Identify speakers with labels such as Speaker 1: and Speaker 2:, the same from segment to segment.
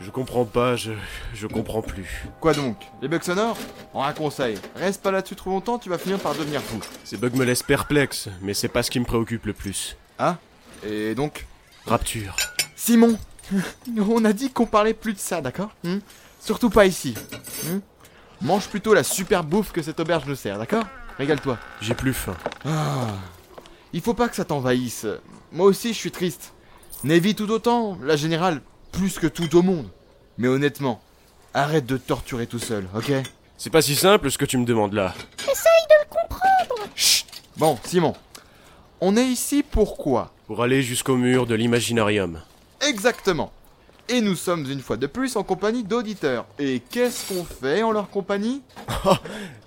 Speaker 1: Je comprends pas, je, je comprends plus.
Speaker 2: Quoi donc Les bugs sonores En un conseil, reste pas là-dessus trop longtemps, tu vas finir par devenir fou.
Speaker 1: Ces bugs me laissent perplexe, mais c'est pas ce qui me préoccupe le plus.
Speaker 2: Ah Et donc
Speaker 1: Rapture.
Speaker 2: Simon On a dit qu'on parlait plus de ça, d'accord Hmm Surtout pas ici. Hmm Mange plutôt la super bouffe que cette auberge nous sert, d'accord Régale-toi.
Speaker 1: J'ai plus faim.
Speaker 2: Ah. Il faut pas que ça t'envahisse. Moi aussi, je suis triste. Navy tout autant, la générale, plus que tout au monde. Mais honnêtement, arrête de te torturer tout seul, ok
Speaker 1: C'est pas si simple ce que tu me demandes là.
Speaker 2: Bon, Simon. On est ici pourquoi
Speaker 1: Pour aller jusqu'au mur de l'imaginarium.
Speaker 2: Exactement. Et nous sommes une fois de plus en compagnie d'auditeurs. Et qu'est-ce qu'on fait en leur compagnie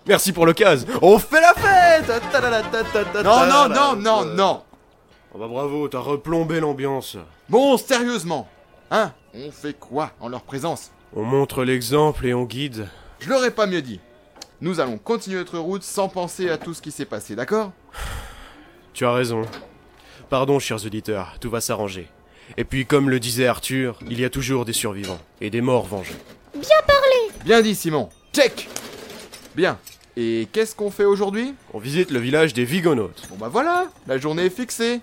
Speaker 1: Merci pour Oh, l'occasion. On fait la fête
Speaker 2: Non, non, non, non, non
Speaker 1: Oh bah bravo, t'as replombé l'ambiance.
Speaker 2: Bon, sérieusement Hein On fait quoi en leur présence
Speaker 1: On montre l'exemple et on guide.
Speaker 2: Je l'aurais pas mieux dit. Nous allons continuer notre route sans penser à tout ce qui s'est passé, d'accord
Speaker 1: Tu as raison. Pardon, chers auditeurs, tout va s'arranger. Et puis, comme le disait Arthur, il y a toujours des survivants et des morts vengés.
Speaker 2: Bien dit, Simon. Check Bien. Et qu'est-ce qu'on fait aujourd'hui
Speaker 1: On visite le village des Vigonautes.
Speaker 2: Bon bah voilà, la journée est fixée.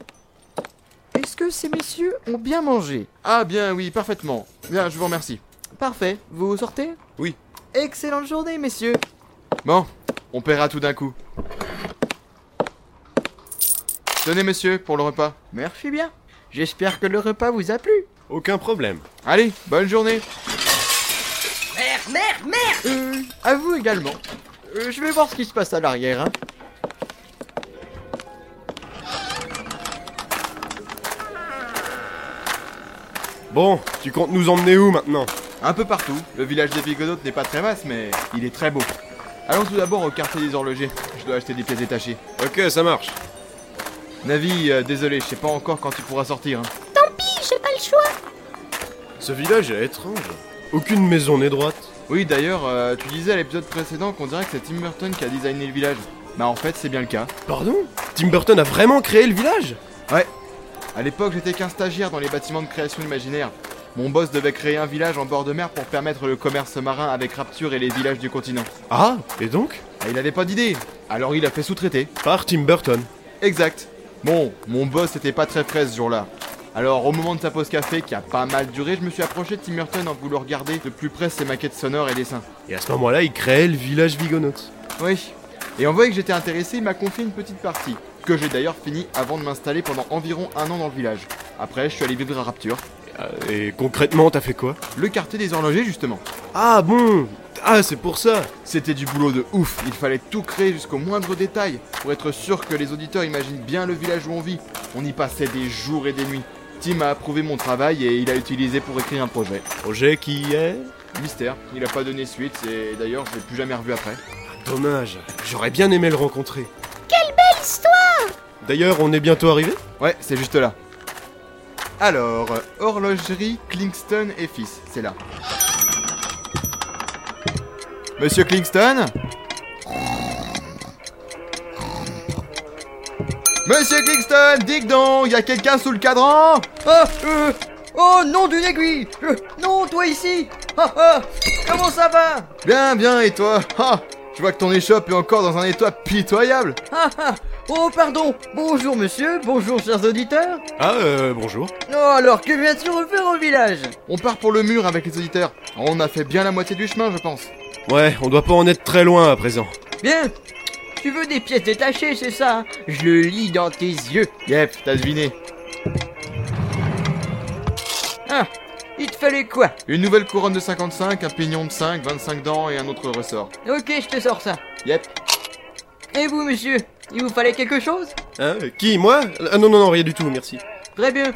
Speaker 2: Est-ce que ces messieurs ont bien mangé Ah bien oui, parfaitement. Bien, je vous remercie.
Speaker 3: Parfait. Vous sortez
Speaker 2: Oui.
Speaker 3: Excellente journée, messieurs.
Speaker 2: Bon, on paiera tout d'un coup. Tenez monsieur pour le repas.
Speaker 3: Merci bien. J'espère que le repas vous a plu.
Speaker 1: Aucun problème.
Speaker 2: Allez, bonne journée.
Speaker 4: Merde, merde, merde
Speaker 3: Euh, à vous également. Euh, je vais voir ce qui se passe à l'arrière. Hein.
Speaker 1: Bon, tu comptes nous emmener où maintenant
Speaker 2: Un peu partout, le village des Bigodotes n'est pas très vaste mais il est très beau. Allons tout d'abord au quartier des horlogers. Je dois acheter des pièces détachées.
Speaker 1: Ok, ça marche.
Speaker 2: Navi, euh, désolé, je sais pas encore quand tu pourras sortir. hein.
Speaker 4: J'ai pas le choix
Speaker 1: Ce village est étrange. Aucune maison n'est droite.
Speaker 2: Oui, d'ailleurs, euh, tu disais à l'épisode précédent qu'on dirait que c'est Tim Burton qui a designé le village. Bah en fait, c'est bien le cas.
Speaker 1: Pardon Tim Burton a vraiment créé le village
Speaker 2: À l'époque, j'étais qu'un stagiaire dans les bâtiments de création imaginaire. Mon boss devait créer un village en bord de mer pour permettre le commerce marin avec Rapture et les villages du continent.
Speaker 1: Ah, et donc
Speaker 2: Et il avait pas d'idée, alors il a fait sous-traiter.
Speaker 1: Par Tim Burton.
Speaker 2: Exact. Bon, mon boss était pas très frais ce jour-là. Alors au moment de sa pause café, qui a pas mal duré, je me suis approché de Tim Burton en voulant regarder de plus près ses maquettes sonores et dessins.
Speaker 1: Et à ce moment-là, il créait le village Vigonautes.
Speaker 2: Oui. Et en voyant que j'étais intéressé, il m'a confié une petite partie, que j'ai d'ailleurs fini avant de m'installer pendant environ un an dans le village. Après, je suis allé vivre à Rapture,
Speaker 1: Euh, Et concrètement, t'as fait quoi
Speaker 2: le quartier des horlogers justement.
Speaker 1: Ah bon Ah, c'est pour ça
Speaker 2: C'était du boulot de ouf, il fallait tout créer jusqu'au moindre détail pour être sûr que les auditeurs imaginent bien le village où on vit. On y passait des jours et des nuits. Tim a approuvé mon travail et il a utilisé pour écrire un projet.
Speaker 1: Projet qui est
Speaker 2: Mystère, il a pas donné suite et d'ailleurs je l'ai plus jamais revu après.
Speaker 1: Dommage, j'aurais bien aimé le rencontrer. Quelle belle histoire D'ailleurs, on est bientôt arrivé
Speaker 2: Ouais, c'est juste là. Alors, euh, horlogerie Klingston et fils, c'est là. Monsieur Klingston Monsieur Klingston, dig donc, y a quelqu'un sous le cadran
Speaker 3: Ah, euh, oh, nom d'une aiguille Euh, Non, toi ici ah, ah, Comment ça va
Speaker 2: Bien, bien, et toi Ah Je vois que ton échoppe est encore dans un état pitoyable
Speaker 3: ah, ah, Oh, pardon Bonjour, monsieur. Bonjour, chers auditeurs.
Speaker 1: Ah, euh, bonjour.
Speaker 3: Non, alors, que viens-tu refaire au village
Speaker 2: On part pour le mur avec les auditeurs. On a fait bien la moitié du chemin, je pense.
Speaker 1: Ouais, on doit pas en être très loin à présent.
Speaker 3: Bien Tu veux des pièces détachées, c'est ça hein? Je le lis dans tes yeux.
Speaker 2: Yep, t'as deviné.
Speaker 3: Ah, il te fallait quoi
Speaker 2: Une nouvelle couronne de 55, un pignon de 5, 25 dents et un autre ressort.
Speaker 3: Ok, je te sors ça.
Speaker 2: Yep.
Speaker 3: Et vous, monsieur Il vous fallait quelque chose
Speaker 1: Hein euh, Qui, moi Ah non, non, non, rien du tout, merci.
Speaker 3: Très bien.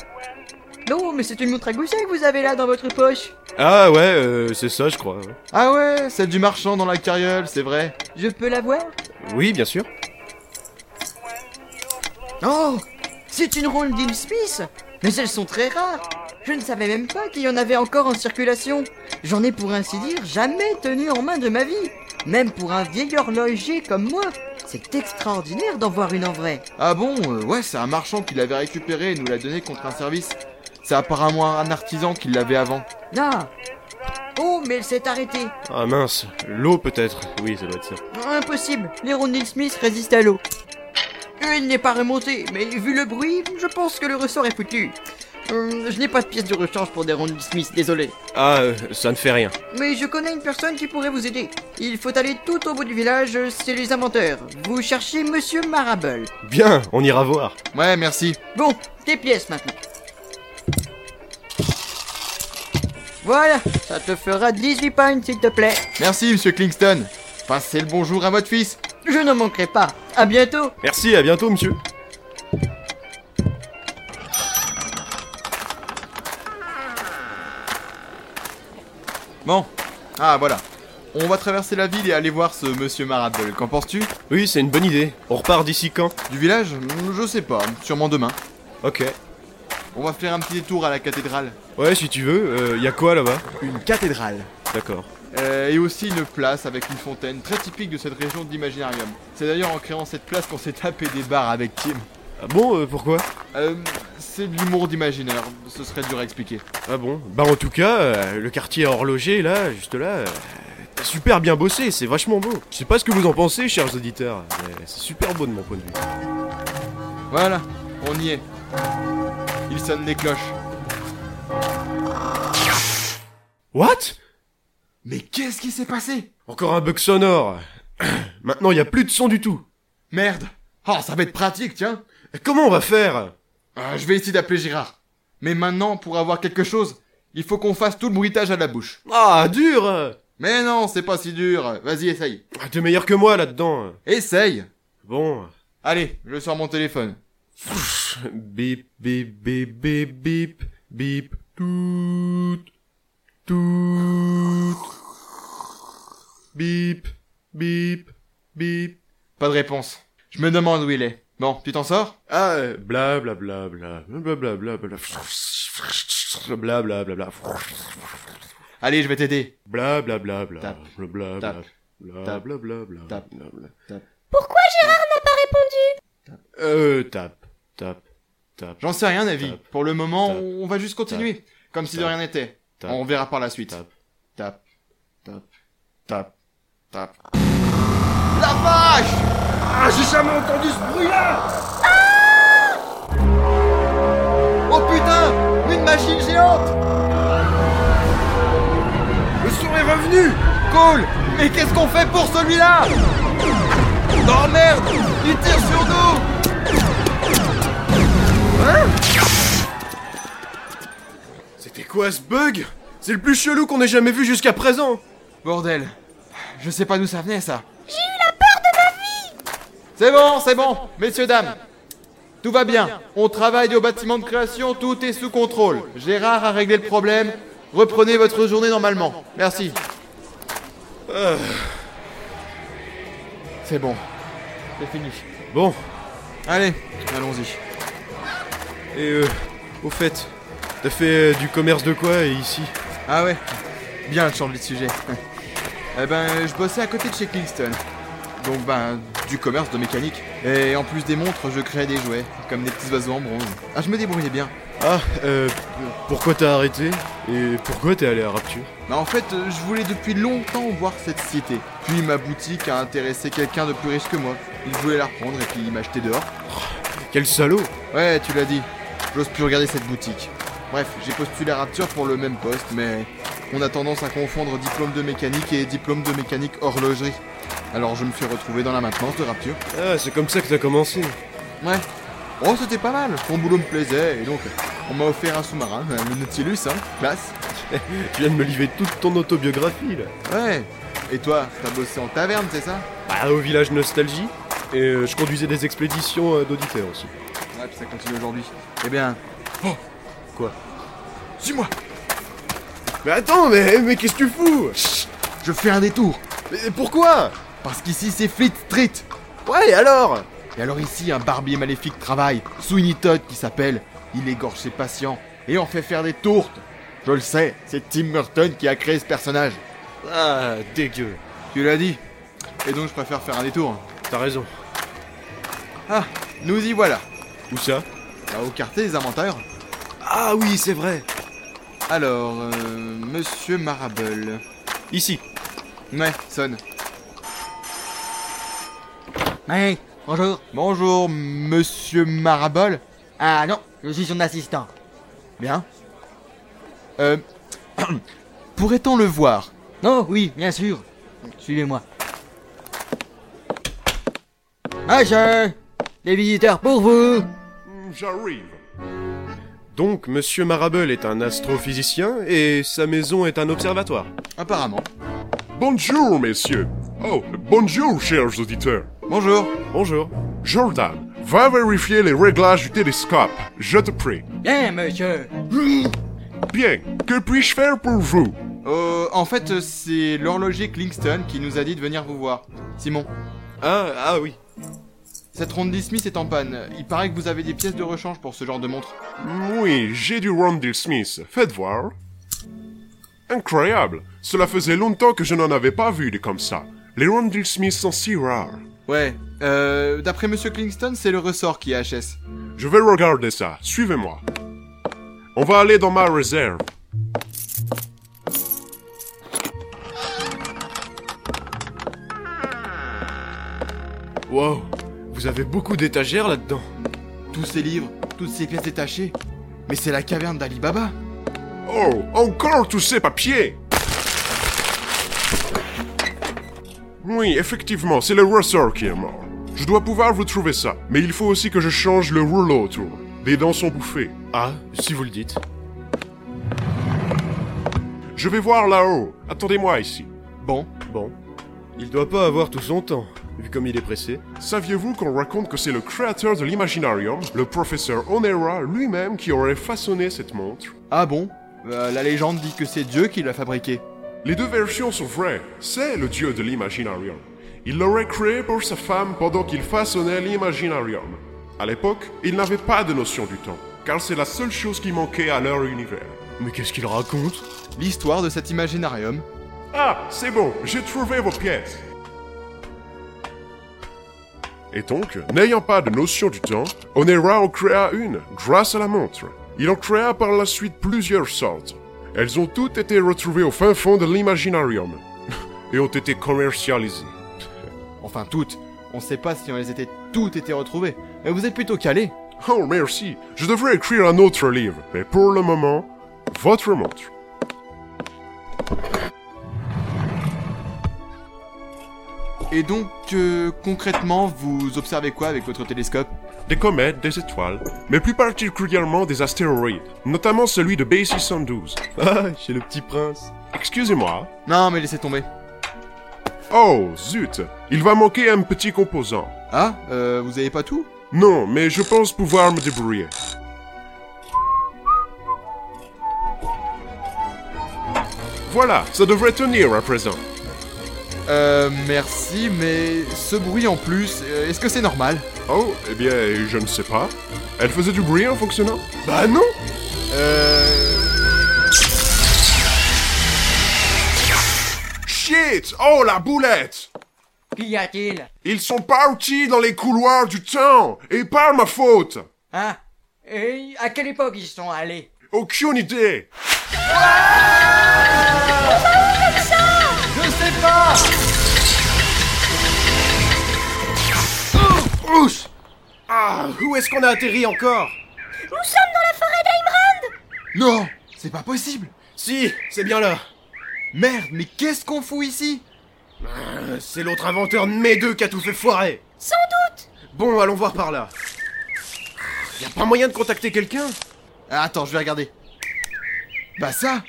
Speaker 3: Non, mais c'est une montre à gousset que vous avez là dans votre poche.
Speaker 1: Ah ouais, euh, c'est ça, je crois.
Speaker 2: Ah ouais, celle du marchand dans la carriole, c'est vrai.
Speaker 3: Je peux la voir
Speaker 1: Oui, bien sûr.
Speaker 3: Oh C'est une ronde Dean Smith Mais elles sont très rares Je ne savais même pas qu'il y en avait encore en circulation. J'en ai pour ainsi dire jamais tenu en main de ma vie. Même pour un vieil horloger comme moi, c'est extraordinaire d'en voir une en vrai.
Speaker 2: Ah bon, euh, ouais, c'est un marchand qui l'avait récupérée et nous l'a donnée contre un service. C'est apparemment un artisan qui l'avait avant.
Speaker 3: Ah Oh, mais elle s'est arrêtée.
Speaker 1: Ah mince, l'eau peut-être Oui, ça doit être ça.
Speaker 3: Impossible, l'héros de Neil Smith résiste à l'eau. Il n'est pas remonté, mais vu le bruit, je pense que le ressort est foutu. Euh, je n'ai pas de pièce de rechange pour des ronds de Neil Smith, désolé.
Speaker 1: Ah, euh, ça ne fait rien.
Speaker 3: Mais je connais une personne qui pourrait vous aider. Il faut aller tout au bout du village, c'est les inventeurs. Vous cherchez Monsieur Marable.
Speaker 1: Bien, on ira voir.
Speaker 2: Ouais, merci.
Speaker 3: Bon, tes pièces maintenant. Voilà, ça te fera 18 pints s'il te plaît.
Speaker 2: Merci, monsieur Kingston. Passez le bonjour à votre fils.
Speaker 3: Je ne manquerai pas. À bientôt.
Speaker 1: Merci, à bientôt, monsieur.
Speaker 2: Bon. Ah, voilà. On va traverser la ville et aller voir ce monsieur Marable. Qu'en penses-tu
Speaker 1: Oui, c'est une bonne idée. On repart d'ici quand
Speaker 2: Du village Hmm, Je sais pas. Sûrement demain.
Speaker 1: Ok.
Speaker 2: On va faire un petit détour à la cathédrale.
Speaker 1: Ouais, si tu veux, euh, y a quoi là-bas
Speaker 2: Une cathédrale
Speaker 1: D'accord.
Speaker 2: Euh, et aussi une place avec une fontaine très typique de cette région d'Imaginarium. C'est d'ailleurs en créant cette place qu'on s'est tapé des bars avec Tim.
Speaker 1: Ah bon, euh, pourquoi
Speaker 2: Euh, c'est de l'humour d'imaginaire, ce serait dur à expliquer.
Speaker 1: Ah bon Bah en tout cas, euh, le quartier horloger là, juste là, euh, t'as super bien bossé, c'est vachement beau. Je sais pas ce que vous en pensez, chers auditeurs, mais c'est super beau de mon point de vue.
Speaker 2: Voilà, on y est. Il sonne les cloches.
Speaker 1: What
Speaker 2: Mais qu'est-ce qui s'est passé
Speaker 1: Encore un bug sonore. Maintenant, y a plus de son du tout.
Speaker 2: Merde Oh, ça va être pratique, tiens
Speaker 1: Et Comment on va faire
Speaker 2: Ah, Je vais essayer d'appeler Gérard. Mais maintenant, pour avoir quelque chose, il faut qu'on fasse tout le bruitage à la bouche.
Speaker 1: Ah, dur
Speaker 2: Mais non, c'est pas si dur. Vas-y, essaye.
Speaker 1: Ah, T'es meilleur que moi là-dedans.
Speaker 2: Essaye
Speaker 1: Bon.
Speaker 2: Allez, je sors mon téléphone.
Speaker 1: Bip, bip, bip, bip, bip, bip, tout, tout, bip, bip, bip.
Speaker 2: Pas de réponse. Je me demande où il est. Bon, tu t'en sors
Speaker 1: Ah, euh, bla bla bla bla bla bla bla bla bla bla bla bla
Speaker 2: Allez, je vais t'aider.
Speaker 1: bla bla bla bla
Speaker 2: Tape.
Speaker 1: bla bla
Speaker 2: Tape.
Speaker 1: bla
Speaker 2: Tape.
Speaker 1: bla bla bla
Speaker 2: Tape.
Speaker 1: bla bla.
Speaker 4: Pourquoi Gérard n'a pas répondu
Speaker 1: Euh, tape, tape, tape,
Speaker 2: J'en sais rien, Navi.
Speaker 1: Tape.
Speaker 2: Pour le moment,
Speaker 1: Tape.
Speaker 2: on va juste continuer. Comme si de
Speaker 1: Tape.
Speaker 2: rien n'était.
Speaker 1: Tape.
Speaker 2: On verra par la suite.
Speaker 1: Tape.
Speaker 2: Tape. Tape. Tape. Tape. La vache
Speaker 5: Ah, j'ai jamais entendu ce bruit-là
Speaker 2: Ah Oh putain Une machine géante
Speaker 5: Le son est revenu
Speaker 2: Cool Mais qu'est-ce qu'on fait pour celui-là Oh merde Il tire sur nous
Speaker 1: C'était quoi ce bug C'est le plus chelou qu'on ait jamais vu jusqu'à présent
Speaker 2: Bordel. Je sais pas d'où ça venait, ça. J'ai eu la peur de ma vie C'est bon, c'est bon, messieurs, dames. Tout va bien. On travaille au bâtiment de création, tout est sous contrôle. Gérard a réglé le problème. Reprenez votre journée normalement. Merci. Euh. C'est bon. C'est fini.
Speaker 1: Bon,
Speaker 2: Allez, allons-y.
Speaker 1: et euh, au fait, t'as fait euh, du commerce de quoi et ici
Speaker 2: Ah ouais Bien le changer de sujet. eh ben, je bossais à côté de chez Kingston. Donc ben, du commerce de mécanique. Et en plus des montres, je créais des jouets, comme des petits oiseaux en bronze. Ah, je me débrouillais bien.
Speaker 1: Ah, euh, pourquoi t'as arrêté Et pourquoi t'es allé à Rapture
Speaker 2: Bah en fait, euh, je voulais depuis longtemps voir cette cité. Puis ma boutique a intéressé quelqu'un de plus riche que moi. Il voulait la reprendre et puis il m'a acheté dehors.
Speaker 1: Quel salaud
Speaker 2: Ouais, tu l'as dit. J'ose plus regarder cette boutique. Bref, j'ai postulé à Rapture pour le même poste, mais on a tendance à confondre diplôme de mécanique et diplôme de mécanique horlogerie. Alors je me suis retrouvé dans la maintenance de Rapture.
Speaker 1: Ah, c'est comme ça que t'as commencé.
Speaker 2: Ouais. Oh, c'était pas mal. Mon boulot me plaisait, et donc on m'a offert un sous-marin, euh, le Nautilus, hein. Classe.
Speaker 1: Tu viens de me livrer toute ton autobiographie là.
Speaker 2: Ouais. Et toi, t'as bossé en taverne, c'est ça
Speaker 1: Bah, au village Nostalgie. Et euh, je conduisais des expéditions euh, d'auditeurs aussi.
Speaker 2: Ouais, puis ça continue aujourd'hui. Eh bien. Oh
Speaker 1: Quoi
Speaker 2: Suis-moi
Speaker 1: Mais attends, mais, mais qu'est-ce que tu fous
Speaker 2: Je fais un détour
Speaker 1: Mais pourquoi
Speaker 2: Parce qu'ici, c'est Fleet Street
Speaker 1: Ouais, et alors
Speaker 2: Et alors, ici, un barbier maléfique travaille, Sweeney Todd qui s'appelle. Il égorge ses patients et en fait faire des tourtes. Je le sais, c'est Tim Burton qui a créé ce personnage.
Speaker 1: Ah, dégueu.
Speaker 2: Tu l'as dit. Et donc, je préfère faire un détour.
Speaker 1: T'as raison.
Speaker 2: Ah, nous y voilà. Bah,
Speaker 1: Où ça
Speaker 2: Là, au quartier des inventeurs.
Speaker 1: Ah oui, c'est vrai.
Speaker 2: Alors, euh, Monsieur Marable.
Speaker 1: Ici.
Speaker 2: Ouais, sonne.
Speaker 3: Oui, bonjour.
Speaker 2: Bonjour, Monsieur Marable.
Speaker 3: Ah non, je suis son assistant.
Speaker 2: Bien. Euh, Pourrait-on le voir
Speaker 3: Oh oui, bien sûr. Suivez-moi. Monsieur, Ah, les visiteurs pour vous.
Speaker 5: J'arrive.
Speaker 1: Donc, Monsieur Marable est un astrophysicien et sa maison est un observatoire.
Speaker 2: Apparemment.
Speaker 5: Bonjour, messieurs. Oh, bonjour, chers auditeurs.
Speaker 2: Bonjour.
Speaker 1: Bonjour.
Speaker 5: Jordan, va vérifier les réglages du télescope, je te prie.
Speaker 3: Bien, monsieur.
Speaker 5: Bien, que puis-je faire pour vous
Speaker 2: Euh, en fait, euh, c'est l'horloger Klingston qui nous a dit de venir vous voir. Simon,
Speaker 1: Ah, ah oui.
Speaker 2: cette ronde Smith est en panne. Il paraît que vous avez des pièces de rechange pour ce genre de montre.
Speaker 5: Oui, j'ai du Rondell Smith, faites voir. Incroyable, cela faisait longtemps que je n'en avais pas vu de comme ça. Les Rondell Smith sont si rares.
Speaker 2: Ouais. Euh, d'après Monsieur Klingston, c'est le ressort qui est HS.
Speaker 5: Je vais regarder ça, suivez-moi. On va aller dans ma réserve.
Speaker 1: Wow. Vous avez beaucoup d'étagères là-dedans.
Speaker 2: Tous ces livres, toutes ces pièces détachées. Mais c'est la caverne d'Ali Baba.
Speaker 5: Oh, encore tous ces papiers Oui, effectivement, c'est le ressort qui est mort. Je dois pouvoir vous trouver ça, mais il faut aussi que je change le rouleau autour. Les dents sont bouffées.
Speaker 1: Ah, si vous le dites.
Speaker 5: Je vais voir là-haut. Attendez-moi ici.
Speaker 2: Bon.
Speaker 1: Bon. Il doit pas avoir tout son temps, vu comme il est pressé.
Speaker 5: Saviez-vous qu'on raconte que c'est le créateur de l'Imaginarium, le professeur Onera lui-même, qui aurait façonné cette montre
Speaker 2: Ah bon Euh, La légende dit que c'est Dieu qui l'a fabriqué.
Speaker 5: Les deux versions sont vraies. C'est le dieu de l'Imaginarium. Il l'aurait créé pour sa femme pendant qu'il façonnait l'Imaginarium. À l'époque, il n'avait pas de notion du temps, car c'est la seule chose qui manquait à leur univers.
Speaker 1: Mais qu'est-ce qu'il raconte
Speaker 2: L'histoire de cet imaginarium.
Speaker 5: Ah, c'est bon, j'ai trouvé vos pièces. Et donc, n'ayant pas de notion du temps, Onera en créa une, grâce à la montre. Il en créa par la suite plusieurs sortes. Elles ont toutes été retrouvées au fin fond de l'Imaginarium et ont été commercialisées.
Speaker 2: Enfin, toutes. On sait pas si on les était toutes été retrouvées. Mais vous êtes plutôt calé.
Speaker 5: Oh merci, je devrais écrire un autre livre, mais pour le moment, votre montre.
Speaker 2: Et donc, euh, concrètement, vous observez quoi avec votre télescope
Speaker 5: Des comètes, des étoiles, mais plus particulièrement des astéroïdes, notamment celui de B612.
Speaker 1: Ah, chez le petit prince.
Speaker 5: Excusez-moi,
Speaker 2: Non, mais laissez tomber.
Speaker 5: Oh, zut Il va manquer un petit composant.
Speaker 2: Ah, euh, vous avez pas tout
Speaker 5: Non, mais je pense pouvoir me débrouiller. Voilà, ça devrait tenir à présent.
Speaker 2: Euh, merci, mais ce bruit en plus, euh, est-ce que c'est normal
Speaker 5: Oh, eh bien, je ne sais pas. Elle faisait du bruit en fonctionnant Bah non
Speaker 2: Euh...
Speaker 5: Shit Oh, la boulette
Speaker 3: Qu'y a-t-il
Speaker 5: Ils sont partis dans les couloirs du temps Et par ma faute
Speaker 3: Hein Et à quelle époque ils sont allés
Speaker 5: Aucune idée
Speaker 2: Je sais pas
Speaker 1: Ouch Ah, où est-ce qu'on a atterri encore
Speaker 4: Nous sommes dans la forêt d'Aimrand
Speaker 2: Non C'est pas possible
Speaker 1: Si, c'est bien là.
Speaker 2: Merde, mais qu'est-ce qu'on fout ici
Speaker 1: Euh, C'est l'autre inventeur de mes deux qui a tout fait foirer.
Speaker 4: Sans doute
Speaker 1: Bon, allons voir par là. Y a pas moyen de contacter quelqu'un
Speaker 2: Ah, Attends, je vais regarder. Bah ça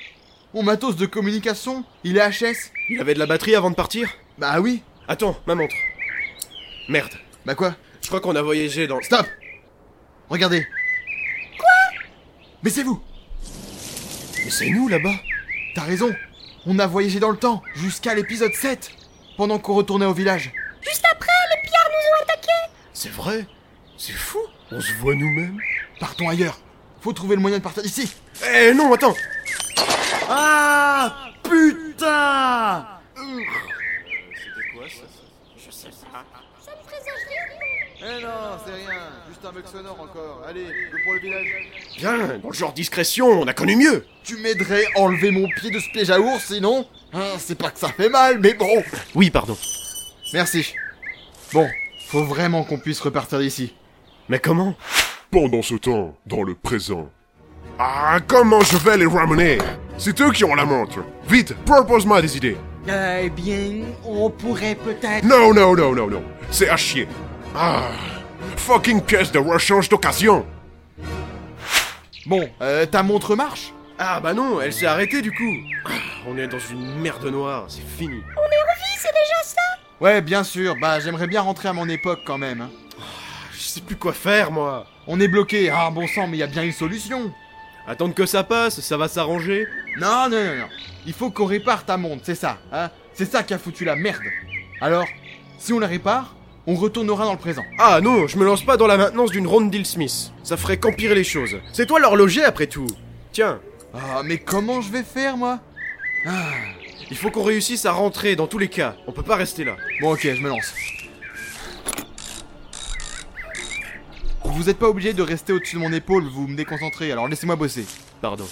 Speaker 2: Mon matos de communication, il est HS
Speaker 1: Il avait de la batterie avant de partir
Speaker 2: Bah oui
Speaker 1: Attends, ma montre. Merde.
Speaker 2: Bah quoi
Speaker 1: Je crois qu'on a voyagé dans...
Speaker 2: Stop Regardez Quoi Mais c'est vous
Speaker 1: Mais c'est nous là-bas
Speaker 2: T'as raison On a voyagé dans le temps, jusqu'à l'épisode 7 Pendant qu'on retournait au village
Speaker 4: Juste après, les pillards nous ont attaqués
Speaker 1: C'est vrai C'est fou On se voit nous-mêmes
Speaker 2: Partons ailleurs Faut trouver le moyen de partir d'ici
Speaker 1: Eh non, attends
Speaker 6: Ah Putain
Speaker 4: Ça ne présage rien de bon
Speaker 2: Eh non, c'est rien, juste un bug sonore encore. Allez, go pour le village.
Speaker 1: Bien, dans le genre discrétion, on a connu mieux
Speaker 2: Tu m'aiderais à enlever mon pied de ce piège à ours sinon Hein, C'est pas que ça fait mal, mais bon
Speaker 1: Oui, pardon.
Speaker 2: Merci. Bon, faut vraiment qu'on puisse repartir d'ici.
Speaker 1: Mais comment
Speaker 5: Pendant ce temps, dans le présent. Ah, comment je vais les ramener C'est eux qui ont la montre. Vite, propose-moi des idées.
Speaker 3: Euh, Eh bien, on pourrait peut-être...
Speaker 5: Non, non, non, non, non. C'est à chier. Ah, fucking caisse de rechange d'occasion.
Speaker 2: Bon, euh, ta montre marche
Speaker 1: Ah bah non, elle s'est arrêtée du coup Ah, On est dans une merde noire, c'est fini.
Speaker 4: Oui, c'est déjà ça
Speaker 2: Ouais, bien sûr, bah j'aimerais bien rentrer à mon époque quand même. hein.
Speaker 1: Je sais plus quoi faire moi
Speaker 2: On est bloqué, ah bon sang, mais il y a bien une solution
Speaker 1: Attendre que ça passe, ça va s'arranger
Speaker 2: Non, non, non, non. Il faut qu'on répare ta montre, c'est ça, hein C'est ça qui a foutu la merde. Alors, si on la répare, on retournera dans le présent.
Speaker 1: Ah non, je me lance pas dans la maintenance d'une ronde d'Hill Smith. Ça ferait qu'empirer les choses. C'est toi l'horloger après tout Tiens,
Speaker 2: Ah, mais comment je vais faire, moi
Speaker 1: il faut qu'on réussisse à rentrer dans tous les cas. On peut pas rester là.
Speaker 2: Bon, ok, je me lance. Vous êtes pas obligé de rester au-dessus de mon épaule, vous me déconcentrez, alors laissez-moi bosser.
Speaker 1: Pardon.